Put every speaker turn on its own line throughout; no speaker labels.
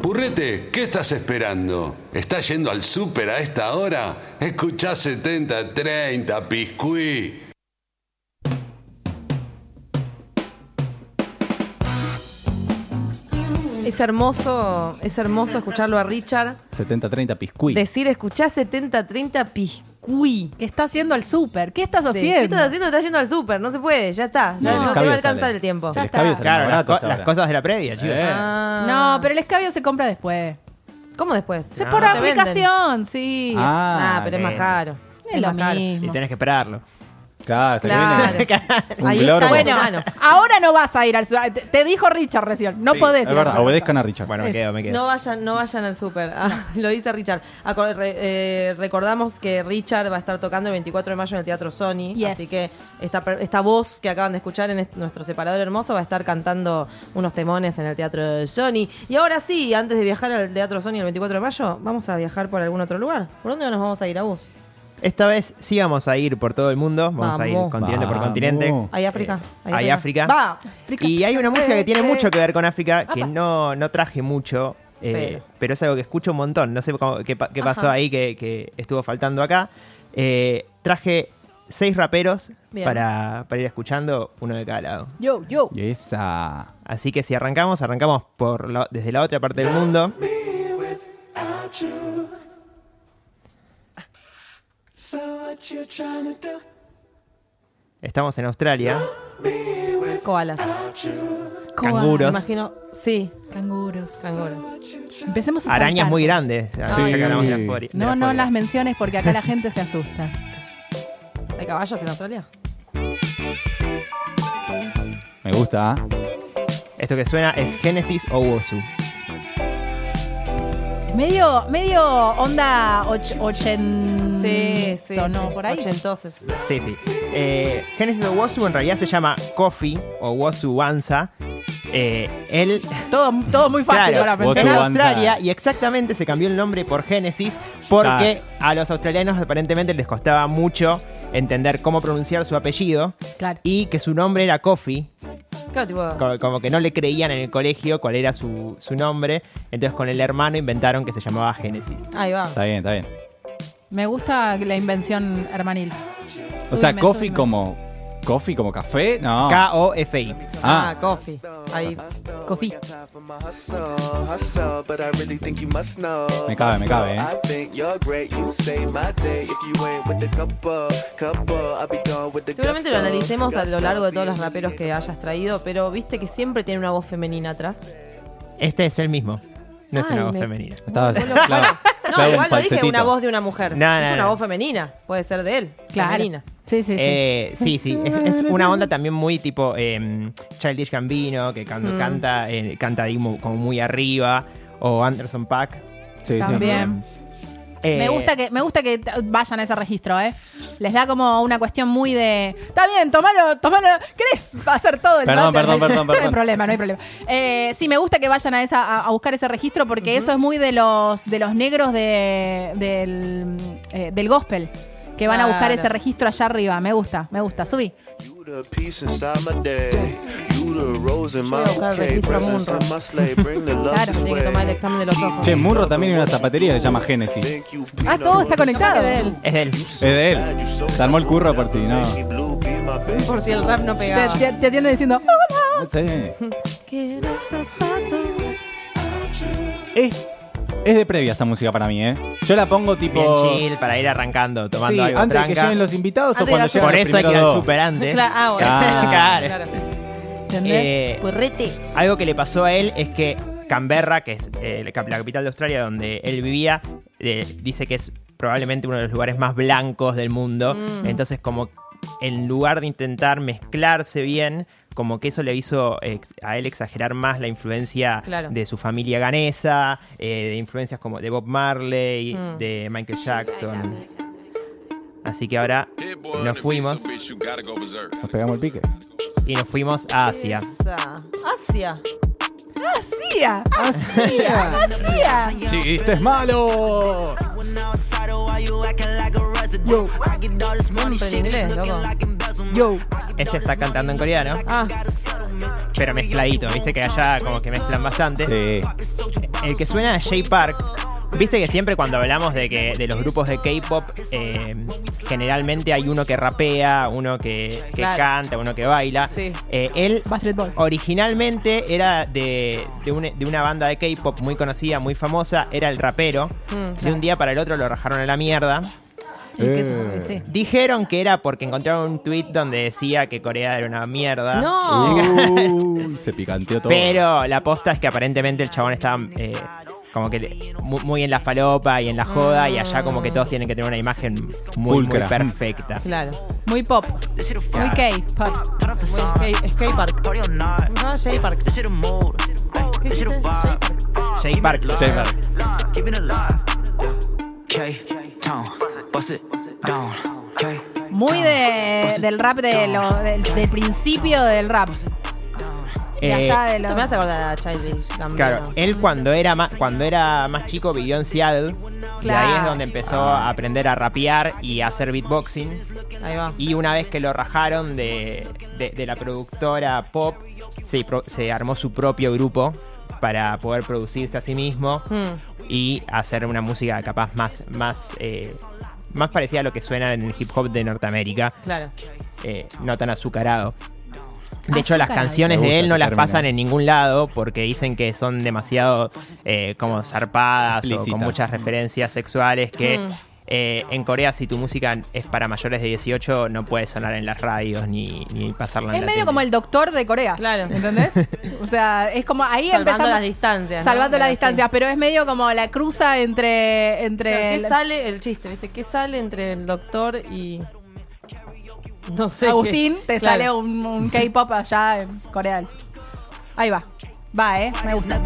Purrete, ¿qué estás esperando? ¿Estás yendo al súper a esta hora? Escuchá 7030, Piscuí.
Es hermoso, es hermoso escucharlo a Richard
70-30 Piscuí.
decir, escuchá 70-30 piscuí.
¿Qué está haciendo el súper? ¿Qué estás
Sí,
haciendo?
¿Qué estás haciendo? Estás yendo al súper, no se puede, ya está. Ya
el
no, te
escabio
va a alcanzar
sale.
el tiempo.
El
Ya está.
escabio sale más
Claro, las,
barato
co-
hasta
las
ahora.
cosas de la previa, chicos.
Eh.
Ah.
No, pero el escabio se compra después.
¿Cómo después? Ah,
Es
No,
por
te
aplicación, sí.
Ah,
Ah, pero es más
sí.
caro.
es lo
más caro.
Y
mismo.
tenés que esperarlo.
Claro, hasta que
Claro.
viene un
Ahí
globo.
está,
Bueno,
Hermano.
ahora no vas a ir al súper. Te, te dijo Richard recién, no podés. ir
Es
al
verdad,
súper.
obedezcan a Richard.
Bueno, me
Es-
quedo, me quedo.
No vayan, no vayan al súper. Ah, lo dice Richard. Acor- re- eh, recordamos que Richard va a estar tocando el 24 de mayo en el Teatro Sony.
Yes.
Así que esta, per- esta voz que acaban de escuchar en est- nuestro separador hermoso va a estar cantando unos temones en el Teatro Sony. Y ahora sí, antes de viajar al Teatro Sony el 24 de mayo, vamos a viajar por algún otro lugar. ¿Por dónde nos vamos a ir a bus?
Esta vez sí vamos a ir por todo el mundo. Vamos a ir
Vamos.
continente por
Vamos.
continente.
Ahí África.
Eh, ahí África.
Va.
Y hay una música que tiene mucho que ver con África, que
Apa.
no, no traje mucho, eh,
Pero.
pero. es algo que escucho un montón. No sé cómo- qué, pa- qué pasó
Ajá.
ahí que, que estuvo faltando acá. Eh, traje seis raperos
Bien.
para, para ir escuchando, uno de cada lado.
Yo, yo.
Y esa.
Así que si arrancamos, arrancamos por la- desde la otra parte del mundo. Estamos en Australia,
Koalas.
Canguros.
Imagino. Sí,
Canguros.
canguro.
Empecemos a
arañas
saltar.
muy grandes. Ah, Ya
Sí.
que hablamos de la fuori- de la
No, no
fuori.
las menciones porque acá la gente se asusta.
¿Hay caballos en Australia?
Me gusta. ¿ah?
Esto que suena es Genesis o Wozu.
Medio, medio onda och, ochen-
Sí, sí.
Mm, no,
sí.
por ahí.
Ochentosos.
Sí, sí. Eh, Genesis o Wozu en realidad se llama Coffee o Wozu Wanza. Eh, él
Todo, todo muy fácil
Claro,
ahora
Wozu
en
pensar.
Wanza.
Australia y exactamente se cambió el nombre por Génesis porque a los australianos aparentemente les costaba mucho entender cómo pronunciar su apellido
Claro.
y que su nombre era Coffee,
Claro, tipo.
co- como que no le creían en el colegio cuál era su, su nombre, entonces con el hermano inventaron que se llamaba Génesis.
Ahí va.
Está bien, está bien.
Me gusta la invención hermanil.
O sea, coffee como. ¿Coffee como café? No.
K-O-F-I.
Ah,
Ah.
coffee. Ahí.
Coffee.
Me cabe, me cabe, eh.
Seguramente lo analicemos a lo largo de todos los raperos que hayas traído, pero viste que siempre tiene una voz femenina atrás.
Este es el mismo. No es
Ay,
una voz
me-
femenina.
Estaba-
Bueno,
claro,
bueno, No,
claro, un
igual lo dije,
falsetito.
una voz de una mujer.
No, no,
Dije una
no.
voz femenina. Puede ser de él.
Claro.
Femenina.
Sí, sí, sí.
Eh, sí, sí. Es, es una onda también muy tipo eh, Childish Gambino, que
Mm.
cuando canta, eh, canta ahí mu- como muy arriba, o Anderson Pack.
Sí, sí.
También. Me
Eh,
gusta que me gusta que t- vayan a ese registro, ¿eh? Les da como una cuestión muy de. Está bien, tomalo, tomalo. ¿Querés hacer todo el
Perdón,
mate?
perdón, perdón,
No hay
perdón.
problema, no hay problema. Eh, sí, me gusta que vayan a esa a, a buscar ese registro porque eso es muy de los de los negros de, del, eh, del gospel que van a buscar
Claro.
ese registro allá arriba. Me gusta, me gusta. Subí.
You the peace inside my day. You the rose in
Yo
my
voy a buscar el
bouquet.
registro a
Presence
Munro.
in my sleigh. Bring the love
Claro,
this
Tiene que tomar el
way.
examen de los ojos.
Che, Munro también tiene una zapatería que se llama Génesis.
Thank you,
Ah, todo está conectado.
Es de él.
Es del.
Es de él.
You so
Se armó el curro por si no.
make me blue, be my baby.
Por si el rap no
Te,
pegaba.
te- te atiende diciendo, hola.
Sí.
Quiero zapatos.
Es, es de previa esta música para mí, ¿eh? Yo la pongo tipo.
Bien chill, para ir arrancando,
Oh. Sí,
tomando algo
antes de que
tranca.
lleguen los invitados
Antes
o cuando
de
lleguen
Por
los
eso hay que ir
primeros
al
dos.
super antes.
Claro, ah, bueno.
Claro.
¿Entendés?
Eh,
Purrete.
Algo que le pasó a él es que Canberra, que es eh, la cap- la capital de Australia donde él vivía, eh, dice que es probablemente uno de los lugares más blancos del mundo. Entonces, como en lugar de intentar mezclarse bien, como que eso le hizo ex- a él exagerar más la influencia
Claro.
de su familia ganesa, eh, de influencias como de Bob Marley, de Michael Jackson. Así que ahora nos fuimos
Nos pegamos el pique.
y nos fuimos a Asia.
Esa. Asia.
Hacía, hacía, hacía.
¡Chistes malos!
Siempre en inglés, loco.
Yo.
Este está cantando en coreano.
Ah,
pero mezcladito, viste que allá como que mezclan bastante.
Sí.
el que suena a Jay Park. Viste que siempre cuando hablamos de que de los grupos de K-pop, eh, generalmente hay uno que rapea, uno que, que
Claro.
canta, uno que baila.
Sí.
Eh, él
Bastard Boy.
Oh,
originalmente era de, de un- de una banda de K-pop muy conocida, muy famosa, era el rapero.
Mm,
de un día para el otro lo rajaron a la mierda.
Y que-
eh.
sí.
Dijeron que era porque encontraron un tweet donde decía que Corea era una mierda.
No.
Uh. Uy, se picanteó todo.
Pero la posta es que aparentemente el chabón está eh, como que le- mu- muy, en la falopa y en la joda y allá como que todos tienen que tener una imagen muy, muy
Pulcra.
perfecta.
Claro.
Muy pop. Muy K-pop.
Muy skate- skatepark. No, Jay Park. ¿Qué dijiste? Jay Park.
Jay Park.
Jay Park.
Muy de, del rap de lo- del, del principio del rap. De
Eh,
allá de
Se me
los.
hace acordar a Childish Gambino.
Claro, eh, él cuando era más cuando era más chico vivió en Seattle. Y ahí es
Claro.
donde empezó a aprender a rapear y a hacer beatboxing.
Ahí va.
Y una vez que lo rajaron de, de- de la productora pop, se, pro- se armó su propio grupo para poder producirse a sí mismo
Hmm.
y hacer una música capaz más, más, eh, más parecida a lo que suena en el hip hop de Norteamérica,
Claro.
eh, no tan azucarado. De
Azucarado.
hecho, las canciones
Me
de él
gusta
no
ese
las
término.
pasan en ningún lado porque dicen que son demasiado eh, como zarpadas o con
Explícitas.
muchas referencias sexuales que
Mm.
eh, en Corea si tu música es para mayores de 18 no puede sonar en las radios ni, ni pasarla en
Es
la
medio
tele.
como el doctor de Corea.
Claro.
¿Entendés? O sea, es como ahí
Salvando
empezamos.
las distancias. ¿no?
Salvando
Pero
las
sí.
distancias, pero es medio como la cruza entre. entre
Claro, ¿Qué
la-
sale el chiste, viste? ¿Qué sale entre el doctor y. No sé.
Agustín,
qué-
te
Claro.
sale un, un K-pop allá en Corea. Ahí va. Va, eh. Me gusta.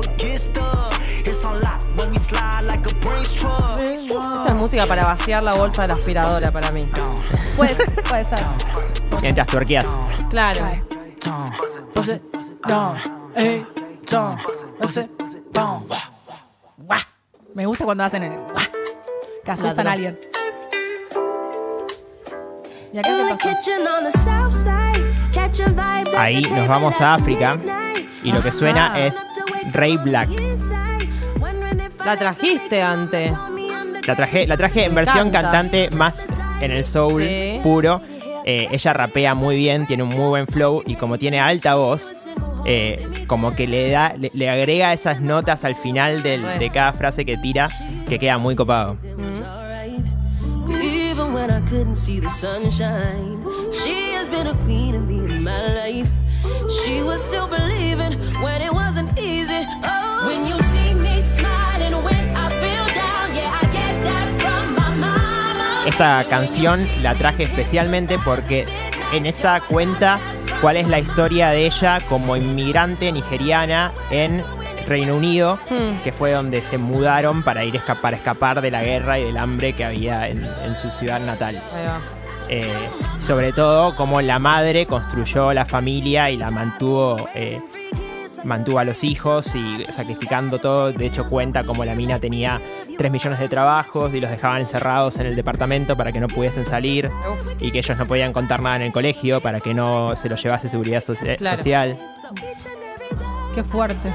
Esta es música para vaciar la bolsa de la aspiradora para mí.
Puede ser, puede ser.
Mientras tuerqueas.
Claro.
Guau. Me gusta cuando hacen el. guau, Que asustan
Ladrón.
a alguien. ¿Y acá qué pasó?
Ahí nos vamos a África y lo que suena es Ray Black.
La trajiste antes.
La traje, la traje en versión
encanta.
cantante más en el soul
Sí.
puro. Eh, ella rapea muy bien, tiene un muy buen flow y como tiene alta voz, eh, como que le da, le, le agrega esas notas al final del-
Re.
de cada frase que tira, que queda muy copado.
Even when I couldn't see the sunshine, she has been a queen to me in my life. She was still believing when it wasn't easy. Oh, when you see me smiling when I feel down, yeah, I get that from my mama.
Esta canción la traje especialmente porque en esta cuenta cuál es la historia de ella como inmigrante nigeriana en Reino Unido, que fue donde se mudaron para ir esca- para escapar de la guerra y del hambre que había en, en su ciudad natal.
Ahí va.
Eh, sobre todo cómo la madre construyó la familia y la mantuvo eh, mantuvo a los hijos y sacrificando todo. De hecho, cuenta como la mina tenía 3 millones de trabajos y los dejaban encerrados en el departamento para que no pudiesen salir y que ellos no podían contar nada en el colegio para que no se los llevase seguridad socia-
Claro.
social.
Qué fuerte.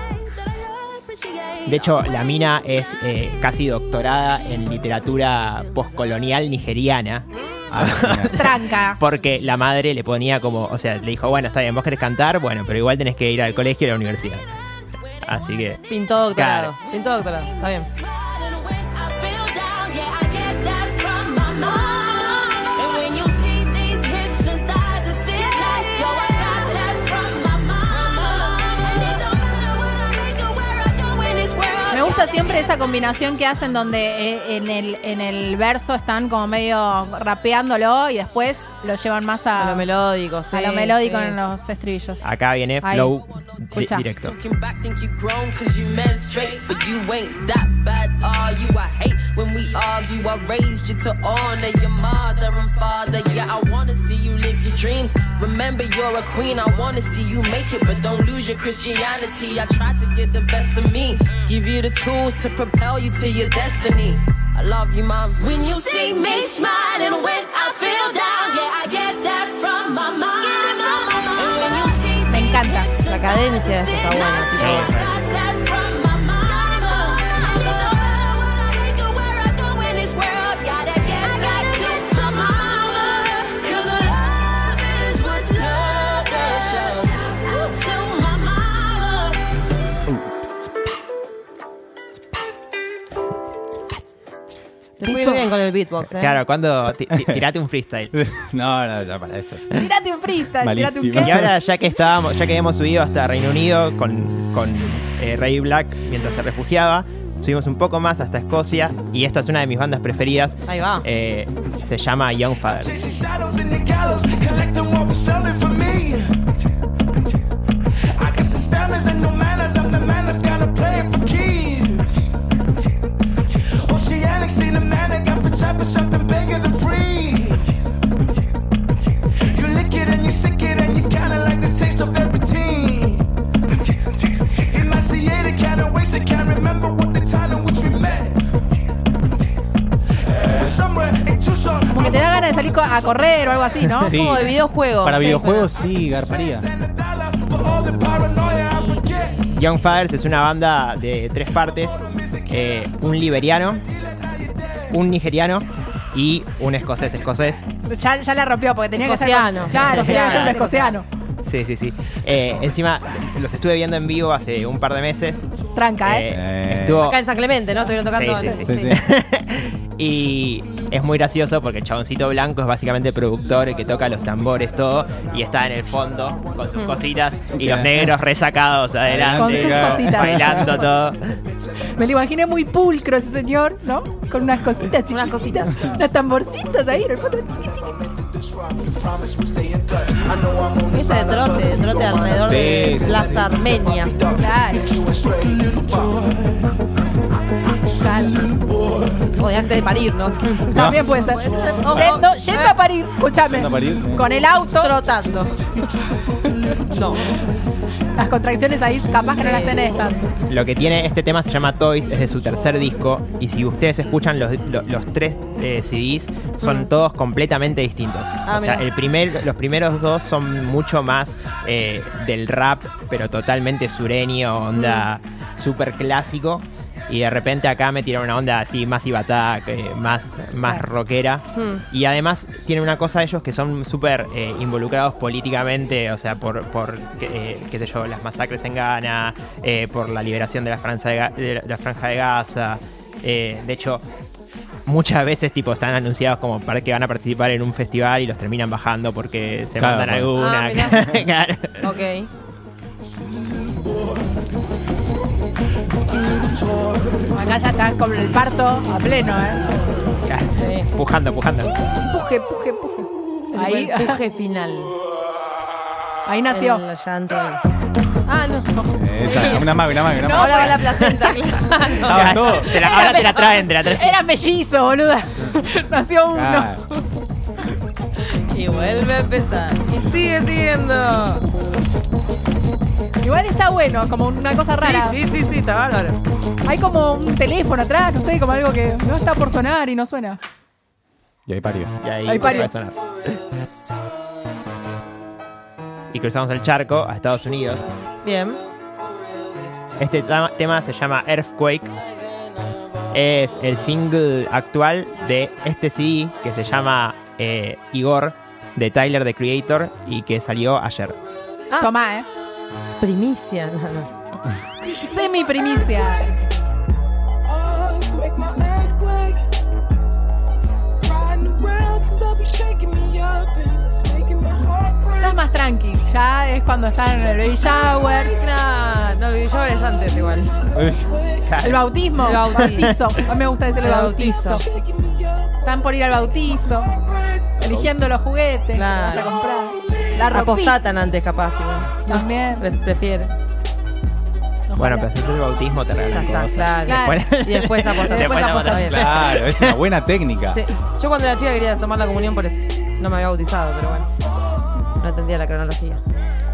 De hecho, la mina es eh, casi doctorada en literatura postcolonial nigeriana.
Ah,
Tranca.
Porque la madre le ponía como, o sea, le dijo, bueno, está bien, vos querés cantar, bueno, pero igual tenés que ir al colegio y a la universidad. Así que
Pintó doctorado.
Claro.
Pintó doctorado. Está bien.
Smiling when I feel down, yeah, I get that from my mama. And when you see these hips and thighs and siblings, yo, I got that from my mama. And it don't matter what I make or where I go in this world.
Me gusta siempre esa combinación que hacen donde eh, en el, en el verso están como medio rapeándolo y después lo llevan más a,
A lo melódico, sí.
Ah. a lo melódico
sí.
en los estribillos.
acá viene
Ahí.
Flow di-
Escucha.
directo.
Looking back, think you grown cause you men straight, but you ain't that bad, are you? I hate when we argue. I raised you to honor your mother and father. Yeah, I wanna see you live your dreams. Remember, you're a queen. I wanna see you make it, but don't lose your Christianity. I tried to get the best of me, give you the tools to propel you to your destiny. I love you, mom. When you see me smiling when I feel down, yeah, I get that from my mom. And when you see
Me encanta.
La cadencia está buena.
Sí.
Te fue bien con el beatbox, ¿eh?
Claro, cuando ti- ti- tirate un freestyle.
No, no, ya para eso.
Tirate un freestyle, tirate un
Malísimo.
Y
qué.
ahora ya que estábamos, ya que habíamos subido hasta Reino Unido con, con eh, Ray Black mientras se refugiaba, subimos un poco más hasta Escocia y esta es una de mis bandas preferidas.
Ahí va.
Eh, se llama Young Fathers.
Chasing shadows in the gallows, collecting what was stolen from me. I guess it's standards and no manners. I'm the man that's gotta play it for keys. Oceanic, seen a man that got the trap for something bigger than free. You lick it and you stick it and you kinda like the taste of every team. Emaciated, kinda wasted, can't remember what the time in which we met. Somewhere in Tucson.
Como que te da ganas de salir co- a correr o algo así, ¿no?
Sí.
Como de videojuegos.
Para
Sí,
videojuegos Oh, sí, garparía.
Young Fathers es una banda de tres partes: eh, un liberiano, un nigeriano y un escocés escocés.
Ya, ya la rompió porque tenía que
Escociano.
ser. Claro, tenía que ser un
Escociano.
escociano.
Sí, sí, sí. Eh, encima los estuve viendo en vivo hace un par de meses.
Tranca, ¿eh?
Eh,
Eh.
estuvo-
Acá en San Clemente, ¿no? Estuvieron tocando.
Sí, sí,
sí. Sí,
y es muy gracioso porque el chaboncito blanco es básicamente el productor, el que toca los tambores, todo, y está en el fondo con sus cositas y los negros resacados
Mm.
adelante.
Con sus cositas.
Bailando todo.
Me lo imaginé muy pulcro ese señor, ¿no? Con unas cositas chiquitas.
Unas cositas.
Unos tamborcitos ahí en el fondo.
Esa de trote, de trote alrededor
Sí,
de
sí,
Plaza Armenia.
Claro. Sal.
O de antes de parir, ¿no?
También puede ser.
Ojo.
Ah. Yendo, yendo a parir, escúchame.
Yendo a parir, eh.
Con el auto,
Trotando. No.
las contracciones ahí capaz que no las tenés tanto.
Lo que tiene este tema se llama Toys, es de su tercer disco. Y si ustedes escuchan los, lo- los tres eh, CDs, son todos completamente distintos.
Ah,
o sea,
mirá.
el primer, los primeros dos son mucho más eh, del rap, pero totalmente sureño, onda súper clásico. Y de repente acá me tiraron una onda así más Attack, eh, más, más
Claro.
rockera. Y además tienen una cosa ellos que son súper eh, involucrados políticamente, o sea, por, por eh, qué sé yo, las masacres en Ghana, eh, por la liberación de la, Franza de Ga- de la- de la Franja de Gaza. Eh, de hecho, muchas veces tipo están anunciados como para que van a participar en un festival y los terminan bajando porque se
Claro,
mandan
claro.
alguna.
Ah, mirá.
Claro.
Ok.
Acá ya estás con el parto a pleno, ¿eh?
Claro. Pujando, pujando.
Puje, puje, puje.
Ahí.
Ahí,
El empuje final.
ahí nació.
El llanto. Ah, no.
Esa, una mago, una mago, una mago.
Ahora va la placenta, claro.
Estaban todos.
Te la- ahora te la traen, te la traen.
Era mellizo, boluda. Nació uno.
Ah,
Y vuelve a empezar. Y sigue siguiendo.
Igual está bueno, como una cosa rara.
Sí, sí, sí, sí, está bárbaro.
Hay como un teléfono atrás, no sé, como algo que no está por sonar y no suena.
Y ahí parió.
Y ahí
Ahí parió.
va a sonar. Y cruzamos el charco a Estados Unidos.
Bien.
Este ta- tema se llama Earthquake. Es el single actual de este CD que se llama eh, Igor de Tyler the Creator y que salió ayer.
Ah,
Tomá, ¿eh?
Primicia. No, no.
Semi primicia. Estás más tranqui. Ya es cuando estás en el baby shower.
No, no, el shower es antes igual.
El bautismo.
El bautizo.
bautizo. A mí me gusta decirle
El
bautizo. Están por ir al bautizo. Eligiendo los juguetes
Claro.
que vas a comprar. La ropita
Apostatan antes, capaz. igual.
también.
Pre- Prefiero.
Bueno, pero si es el bautismo te
Ya
regalan
está,
cosas.
claro.
Claro.
Después-
Y después apostatan.
Después
Después
la
apostás.
botas.
Claro, es una buena técnica.
Sí. Yo cuando era chica quería tomar la comunión por eso. No me había bautizado, pero bueno. No entendía la cronología.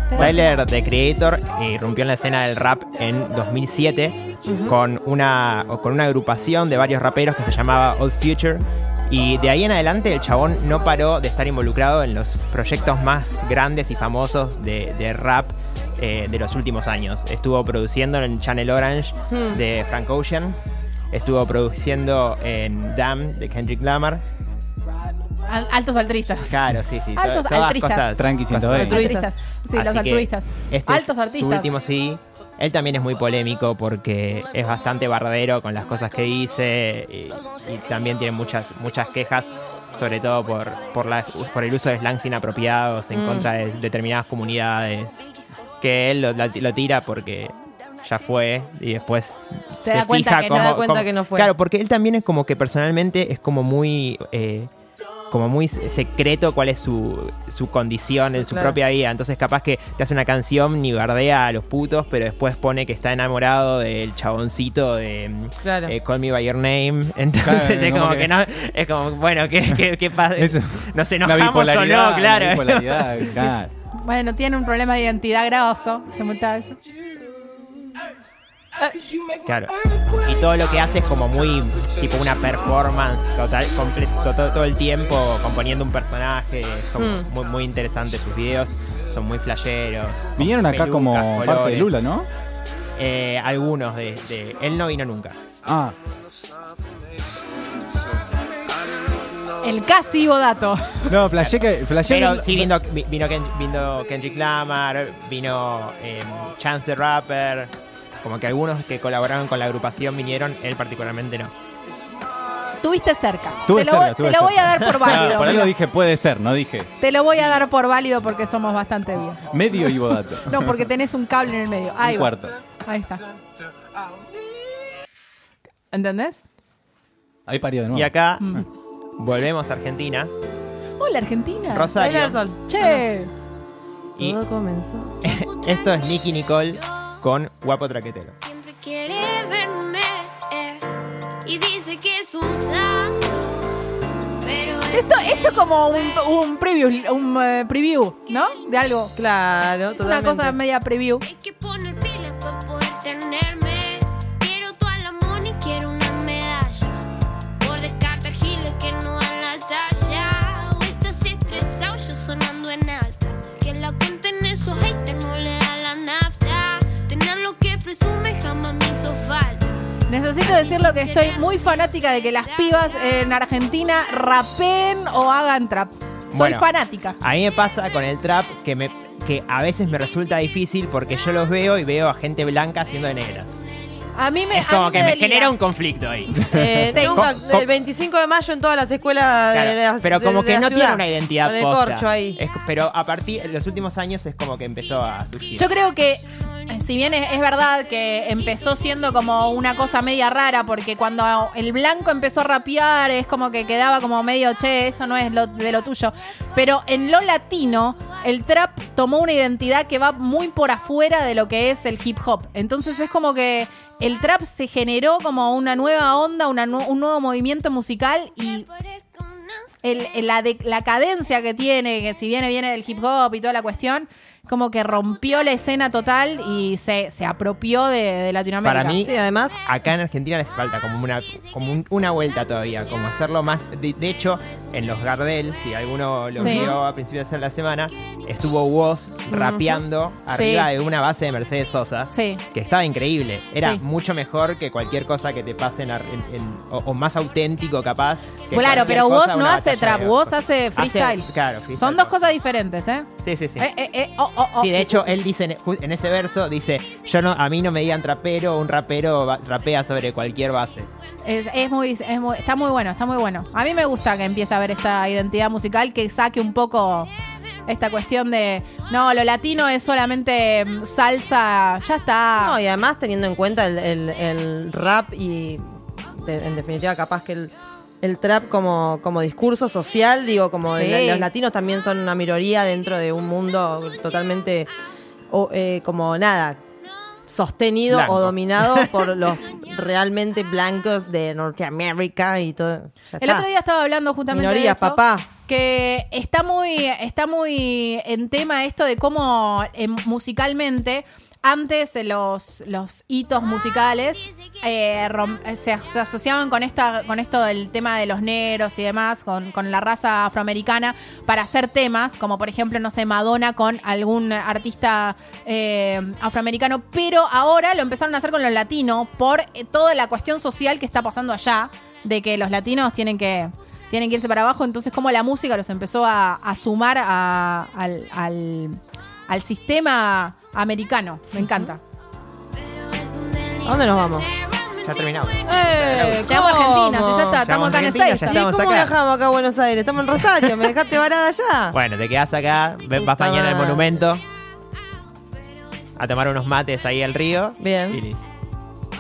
Tyler, The Creator, eh, irrumpió en la escena del rap en 2007 con, una, o con una agrupación de varios raperos que se llamaba Old Future. Y de ahí en adelante el chabón no paró de estar involucrado en los proyectos más grandes y famosos de, de rap eh, de los últimos años. Estuvo produciendo en Channel Orange
Hmm.
de Frank Ocean. Estuvo produciendo en Damn de Kendrick Lamar.
Al- Altos altristas.
Claro, sí, sí. to-
Altos altristas.
Tranqui,
cosas-
120.
Altruistas. Sí, los
Así que
altruistas.
este es
Altos
Su
artistas.
último sí Él también es muy polémico porque es bastante bardero con las cosas que dice y, y también tiene muchas, muchas quejas, sobre todo por, por, la- por el uso de slangs inapropiados
Mm.
en contra de determinadas comunidades. Que él lo, la- lo tira porque ya fue y después
Se da cuenta que no.
cómo-
Se
da cuenta
cómo-
que no fue.
Claro, porque él también es como que personalmente es como muy. eh, como muy secreto cuál es su, su condición en su
Claro.
propia vida. Entonces, capaz que te hace una canción ni bardea a los putos, pero después pone que está enamorado del chaboncito de mm,
Claro.
eh, Call Me By Your Name. Entonces,
Claro,
es
como
como que,
que-
no. Es como, bueno, ¿qué, qué- qué pasa?
Eso.
Nos enojamos o no,
La
claro.
bipolaridad, claro.
Bueno, tiene un problema de identidad gravoso. Se multa eso.
Claro. Y todo lo que hace es como muy tipo una performance total, comple- to- to- todo, el tiempo componiendo un personaje. Son muy, muy interesantes sus videos, son muy flasheros. con
Vinieron acá
pelucas,
como parte de
colores.
Lula, ¿no?
Eh, algunos de, de- Él no vino nunca.
Ah,
El casi bodato.
no, flashé que. flashé
Pero
que-
sí vino, vi- vino, Ken- vino Kendrick Lamar, vino eh, Chance the Rapper. Como que algunos que colaboraron con la agrupación vinieron, él particularmente no.
Tuviste cerca.
Estuve
te lo,
cerca,
voy-
estuve
te lo voy a
cerca.
dar por
Claro, por ahí lo
válido.
dije, puede ser, no dije.
te lo voy a dar por válido porque somos bastante bien.
Medio y bodato.
No, porque tenés un cable en el medio. Ahí
Un
va.
cuarto.
Ahí está. ¿Entendés?
Ahí parió de nuevo.
Y acá volvemos a Argentina.
Hola, Argentina.
Rosario.
Baila el sol.
Che.
Y
Todo comenzó.
Esto es Nicky Nicole con Guapo Traquetero.
Siempre quiere verme eh, y dice que es un santo. Pero es
Esto, esto es como un, un preview, un eh, preview, ¿no? De algo.
Claro,
Es una
totalmente.
cosa media preview.
Hay que poner pilas para poder tenerme. Quiero tu alamón y quiero una medalla. Por descartar giles que no dan la talla. O estás estresado, yo sonando en alta. Que la cuenten esos haters no le da la nafta. Tener lo que presume jamás me hizo falta.
Necesito decirlo que estoy muy fanática de que las pibas en Argentina rapeen o hagan trap. Soy
Bueno.
fanática.
A mí me pasa con el trap que me que a veces me resulta difícil porque yo los veo y veo a gente blanca haciendo de negras.
A mí me.
Es
a
como
mí
que me
delira.
genera un conflicto ahí.
Eh,
Tengo-
nunca-
co-
el 25 de mayo en todas las escuelas de
Claro,
las-
pero
de-
como
de
que
la
no
ciudad,
tiene una identidad
Con el
posta.
corcho ahí.
Es- pero a partir de los últimos años es como que empezó a surgir.
Yo creo que, eh, si bien es, es verdad que empezó siendo como una cosa media rara, porque cuando el blanco empezó a rapear, es como que quedaba como medio, che, eso no es lo, de lo tuyo. Pero en lo latino, el trap tomó una identidad que va muy por afuera de lo que es el hip hop. Entonces es como que el trap se generó como una nueva onda, una nu- un nuevo movimiento musical y el- el- la, de- la cadencia que tiene, que si viene, viene del hip hop y toda la cuestión, como que rompió la escena total y se, se apropió de, de Latinoamérica.
Para mí-
Sí, además,
Acá en Argentina les falta como una como un- una vuelta todavía, como hacerlo más. De, de hecho, en los Gardel, si alguno lo
Sí.
vio a principios de la semana, estuvo Woz rapeando arriba de una base de Mercedes Sosa.
Sí.
que estaba increíble. Era
Sí.
mucho mejor que cualquier cosa que te pase en, la- en- en- o, o más auténtico, capaz. que
Claro,
cualquier
pero
cosa,
vos
una
no
batalla
hace
de
trap,
gallos.
vos hace freestyle.
claro, freestyle.
Son dos cosas diferentes, ¿eh?
Sí, sí, sí.
Eh, eh, eh, oh, oh, oh.
Sí, de hecho, él dice en, ju- en ese verso, dice, yo no, a mí no me digan trapero, un rapero va- rapea sobre cualquier base.
Es, es muy, es muy- está muy bueno, está muy bueno. A mí me gusta que empiece a ver esta identidad musical que saque un poco esta cuestión de, no, lo latino es solamente mm, salsa, ya está.
no, y además teniendo en cuenta el, el- el rap y de- en definitiva capaz que el, el trap como, como discurso social, digo, como
Sí.
la- los latinos también son una minoría dentro de un mundo totalmente o, eh, como nada sostenido
Blanco.
o dominado por los realmente blancos de Norteamérica y todo. Ya
El
está.
otro día estaba hablando justamente de
Minorías,
eso,
papá.
Que está muy, está muy en tema esto de cómo eh, musicalmente. Antes eh, los, los hitos musicales eh, rom- eh, se, se asociaban con esta con esto del tema de los negros y demás, con, con la raza afroamericana, para hacer temas, como por ejemplo, no sé, Madonna con algún artista eh, afroamericano, pero ahora lo empezaron a hacer con los latinos por eh, toda la cuestión social que está pasando allá de que los latinos tienen que tienen que irse para abajo, entonces como la música los empezó a, a sumar a- al, al- al sistema americano. Me encanta.
¿A dónde nos vamos?
Ya terminamos.
¡Eh!
Llegamos a Argentina,
¿cómo?
si ya está, estamos acá en
Argentina,
Ezeiza.
ya
¿Y
estamos
cómo
acá.
viajamos acá a Buenos Aires? Estamos en Rosario, me dejaste varada allá.
Bueno, te quedás acá, ve- vas
Puta
mañana al
madre.
monumento a tomar unos mates ahí al río.
Bien.
Y listo.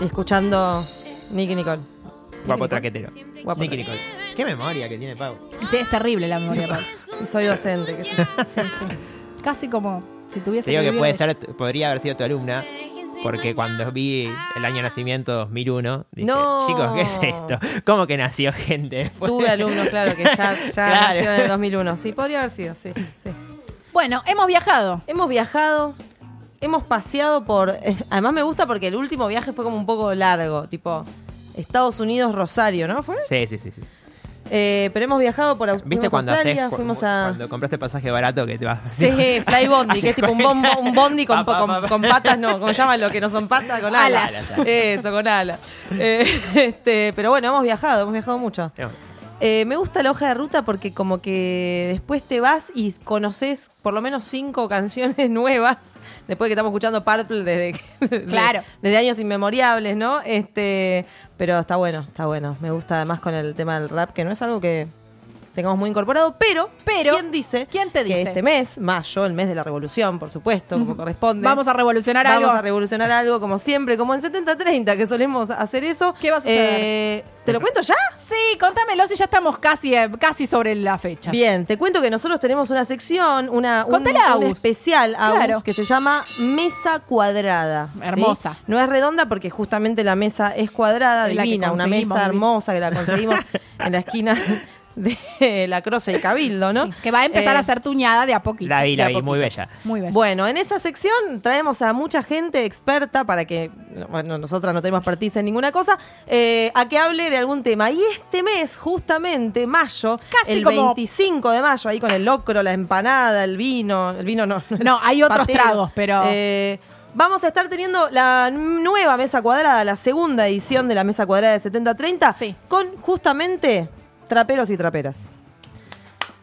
Y Escuchando Nicky Nicole.
guapo traquetero.
Guapo
Nicky Nicole. Qué memoria que tiene Pau.
Es terrible la memoria, Pau.
Soy docente. qué sé yo.
Sí, sí. Casi como si tuviese
Te digo que
vivir
puede
de-
ser, podría haber sido tu alumna. Porque cuando vi el año de nacimiento 2001, dije,
No.
chicos, ¿qué es esto? ¿Cómo que nació gente? después?
Tuve alumnos, claro, que ya, ya
Claro.
nació en el 2001. Sí, podría haber sido, sí, sí.
Bueno, hemos viajado.
Hemos viajado, hemos paseado por. eh, Además me gusta porque el último viaje fue como un poco largo, tipo Estados Unidos, Rosario, ¿no? ¿Fue?
Sí, sí, sí. sí.
Eh, pero hemos viajado por Aus- fuimos
¿Viste
a
cuando
Australia,
haces, cu-
fuimos a.
cuando compraste pasaje barato que te vas?
Sí, fly bondi, que es tipo un, bombo- un bondi con,
Pa, pa,
con-
pa, pa.
con patas, no, como llaman lo que no son patas, con alas.
Alas.
Eso, con alas. Eh, este, pero bueno, hemos viajado, hemos viajado mucho.
No.
Eh, me gusta la hoja de ruta porque como que después te vas y conoces por lo menos cinco canciones nuevas, después que estamos escuchando Purple desde, que- de-
Claro.
desde años inmemoriables, ¿no? Este, pero está bueno, está bueno. Me gusta además con el tema del rap, que no es algo que tengamos muy incorporado, pero, pero ¿quién dice
¿Quién te
que
dice?
este mes, mayo, el mes de la revolución, por supuesto, como corresponde?
Vamos a revolucionar
Vamos
algo.
a revolucionar algo como siempre, como en 70-30, que solemos hacer eso.
¿Qué va a suceder?
Eh, ¿Te lo cuento ya?
sí, contámelo si ya estamos casi, eh, casi sobre la fecha.
Bien, te cuento que nosotros tenemos una sección, una, un,
Contala,
un
Agus.
especial Agus,
Claro.
que se llama Mesa Cuadrada. ¿sí?
Hermosa.
No es redonda porque justamente la mesa es cuadrada,
Es la que
divina, una
conseguimos,
mesa
divina.
hermosa que la conseguimos en la esquina de la Croce y Cabildo, ¿no?
Que va a empezar
Eh,
a ser tuñada de a poquito.
La vi,
De
la
a
vi,
poquito.
muy bella.
Muy bella.
Bueno, en esa sección traemos a mucha gente experta para que, bueno, nosotras no tenemos expertise en ninguna cosa, eh, a que hable de algún tema. Y este mes, justamente, mayo,
Casi
el
como-
25 de mayo, ahí con el locro, la empanada, el vino, el vino no.
No, hay otros tragos, pero-
Eh, Vamos a estar teniendo la nueva mesa cuadrada, la segunda edición de la mesa cuadrada de 70-30,
Sí.
con justamente traperos y traperas.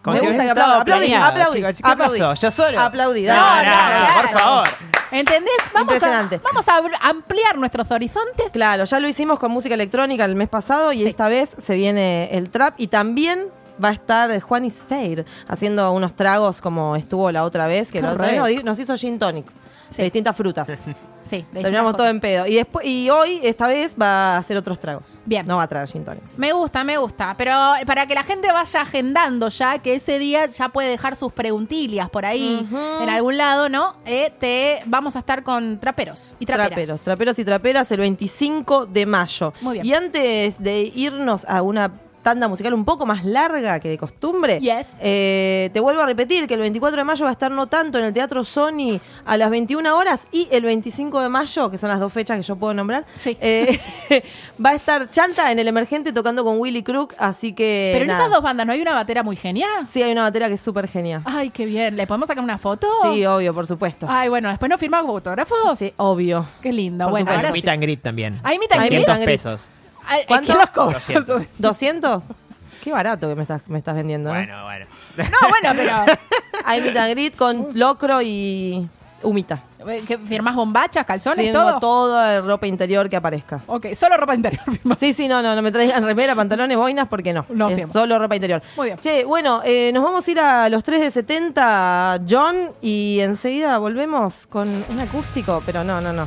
Como
Me
si
gusta
hubiese
que aplaudan,
estado
aplaudí,
planeado,
aplaudí,
chicos. ¿Qué
aplaudí.
pasó? Yo solo.
Aplaudí,
No,
dale,
no,
dale,
por
claro.
favor.
¿Entendés? Vamos a,
Impresionante.
vamos a abr- ampliar nuestros horizontes.
Claro, ya lo hicimos con música electrónica el mes pasado y
Sí.
esta vez se viene el trap y también va a estar eh, Juan Isfair haciendo unos tragos como estuvo la otra vez, que
Qué
la otra vez nos
rico.
di- nos hizo gin tonic. De distintas frutas.
Sí, de
Terminamos todo
distintas cosas.
en pedo. Y después y hoy, esta vez, va a hacer otros tragos.
Bien.
No va a traer gin tonics.
Me gusta, me gusta. Pero eh, para que la gente vaya agendando ya, que ese día ya puede dejar sus preguntilias por ahí, en algún lado, ¿no? Eh, te vamos a estar con traperos y traperas.
Traperos, traperos y traperas el 25 de mayo.
Muy bien.
Y antes de irnos a una tanda musical un poco más larga que de costumbre,
Yes.
eh, te vuelvo a repetir que el 24 de mayo va a estar no tanto en el Teatro Sony a las 21 horas y el 25 de mayo, que son las dos fechas que yo puedo nombrar,
Sí.
eh, va a estar Chanta en el Emergente tocando con Willy Crook, así que...
Pero en
nada.
esas dos Ah, bandas, ¿no hay una batera muy genial?
Sí, hay una batera que es súper genial.
Ay, qué bien. ¿Le podemos sacar una foto?
Sí, obvio, por supuesto.
Ay, bueno, después nos firmamos fotógrafos.
Sí, obvio.
Qué lindo.
Por
bueno,
supuesto.
ahora
Hay
sí.
meet and greet también.
¿Hay meet and
Hay meet
500
and greet.
pesos.
Ay, ¿qué
¿Cuánto?
los cobro?
200.
¿200? Qué barato que me estás, me estás vendiendo. ¿eh?
Bueno, bueno.
No, bueno, pero.
Hay meet and greet con locro y humita.
¿Qué, eh, ¿Firmás bombachas, calzones,
Firmo
todo?
toda la ropa interior que aparezca.
Ok, solo ropa interior firmás.
Sí, sí, no, no, no me traigan remera, pantalones, boinas, porque no.
No,
es
firmo.
solo ropa interior.
Muy bien.
Che, bueno, eh, nos vamos a ir a los 3 de 70, John, y enseguida volvemos con un acústico, pero no, no, no.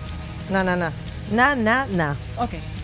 Na, na, na. Na, na, na.
Ok.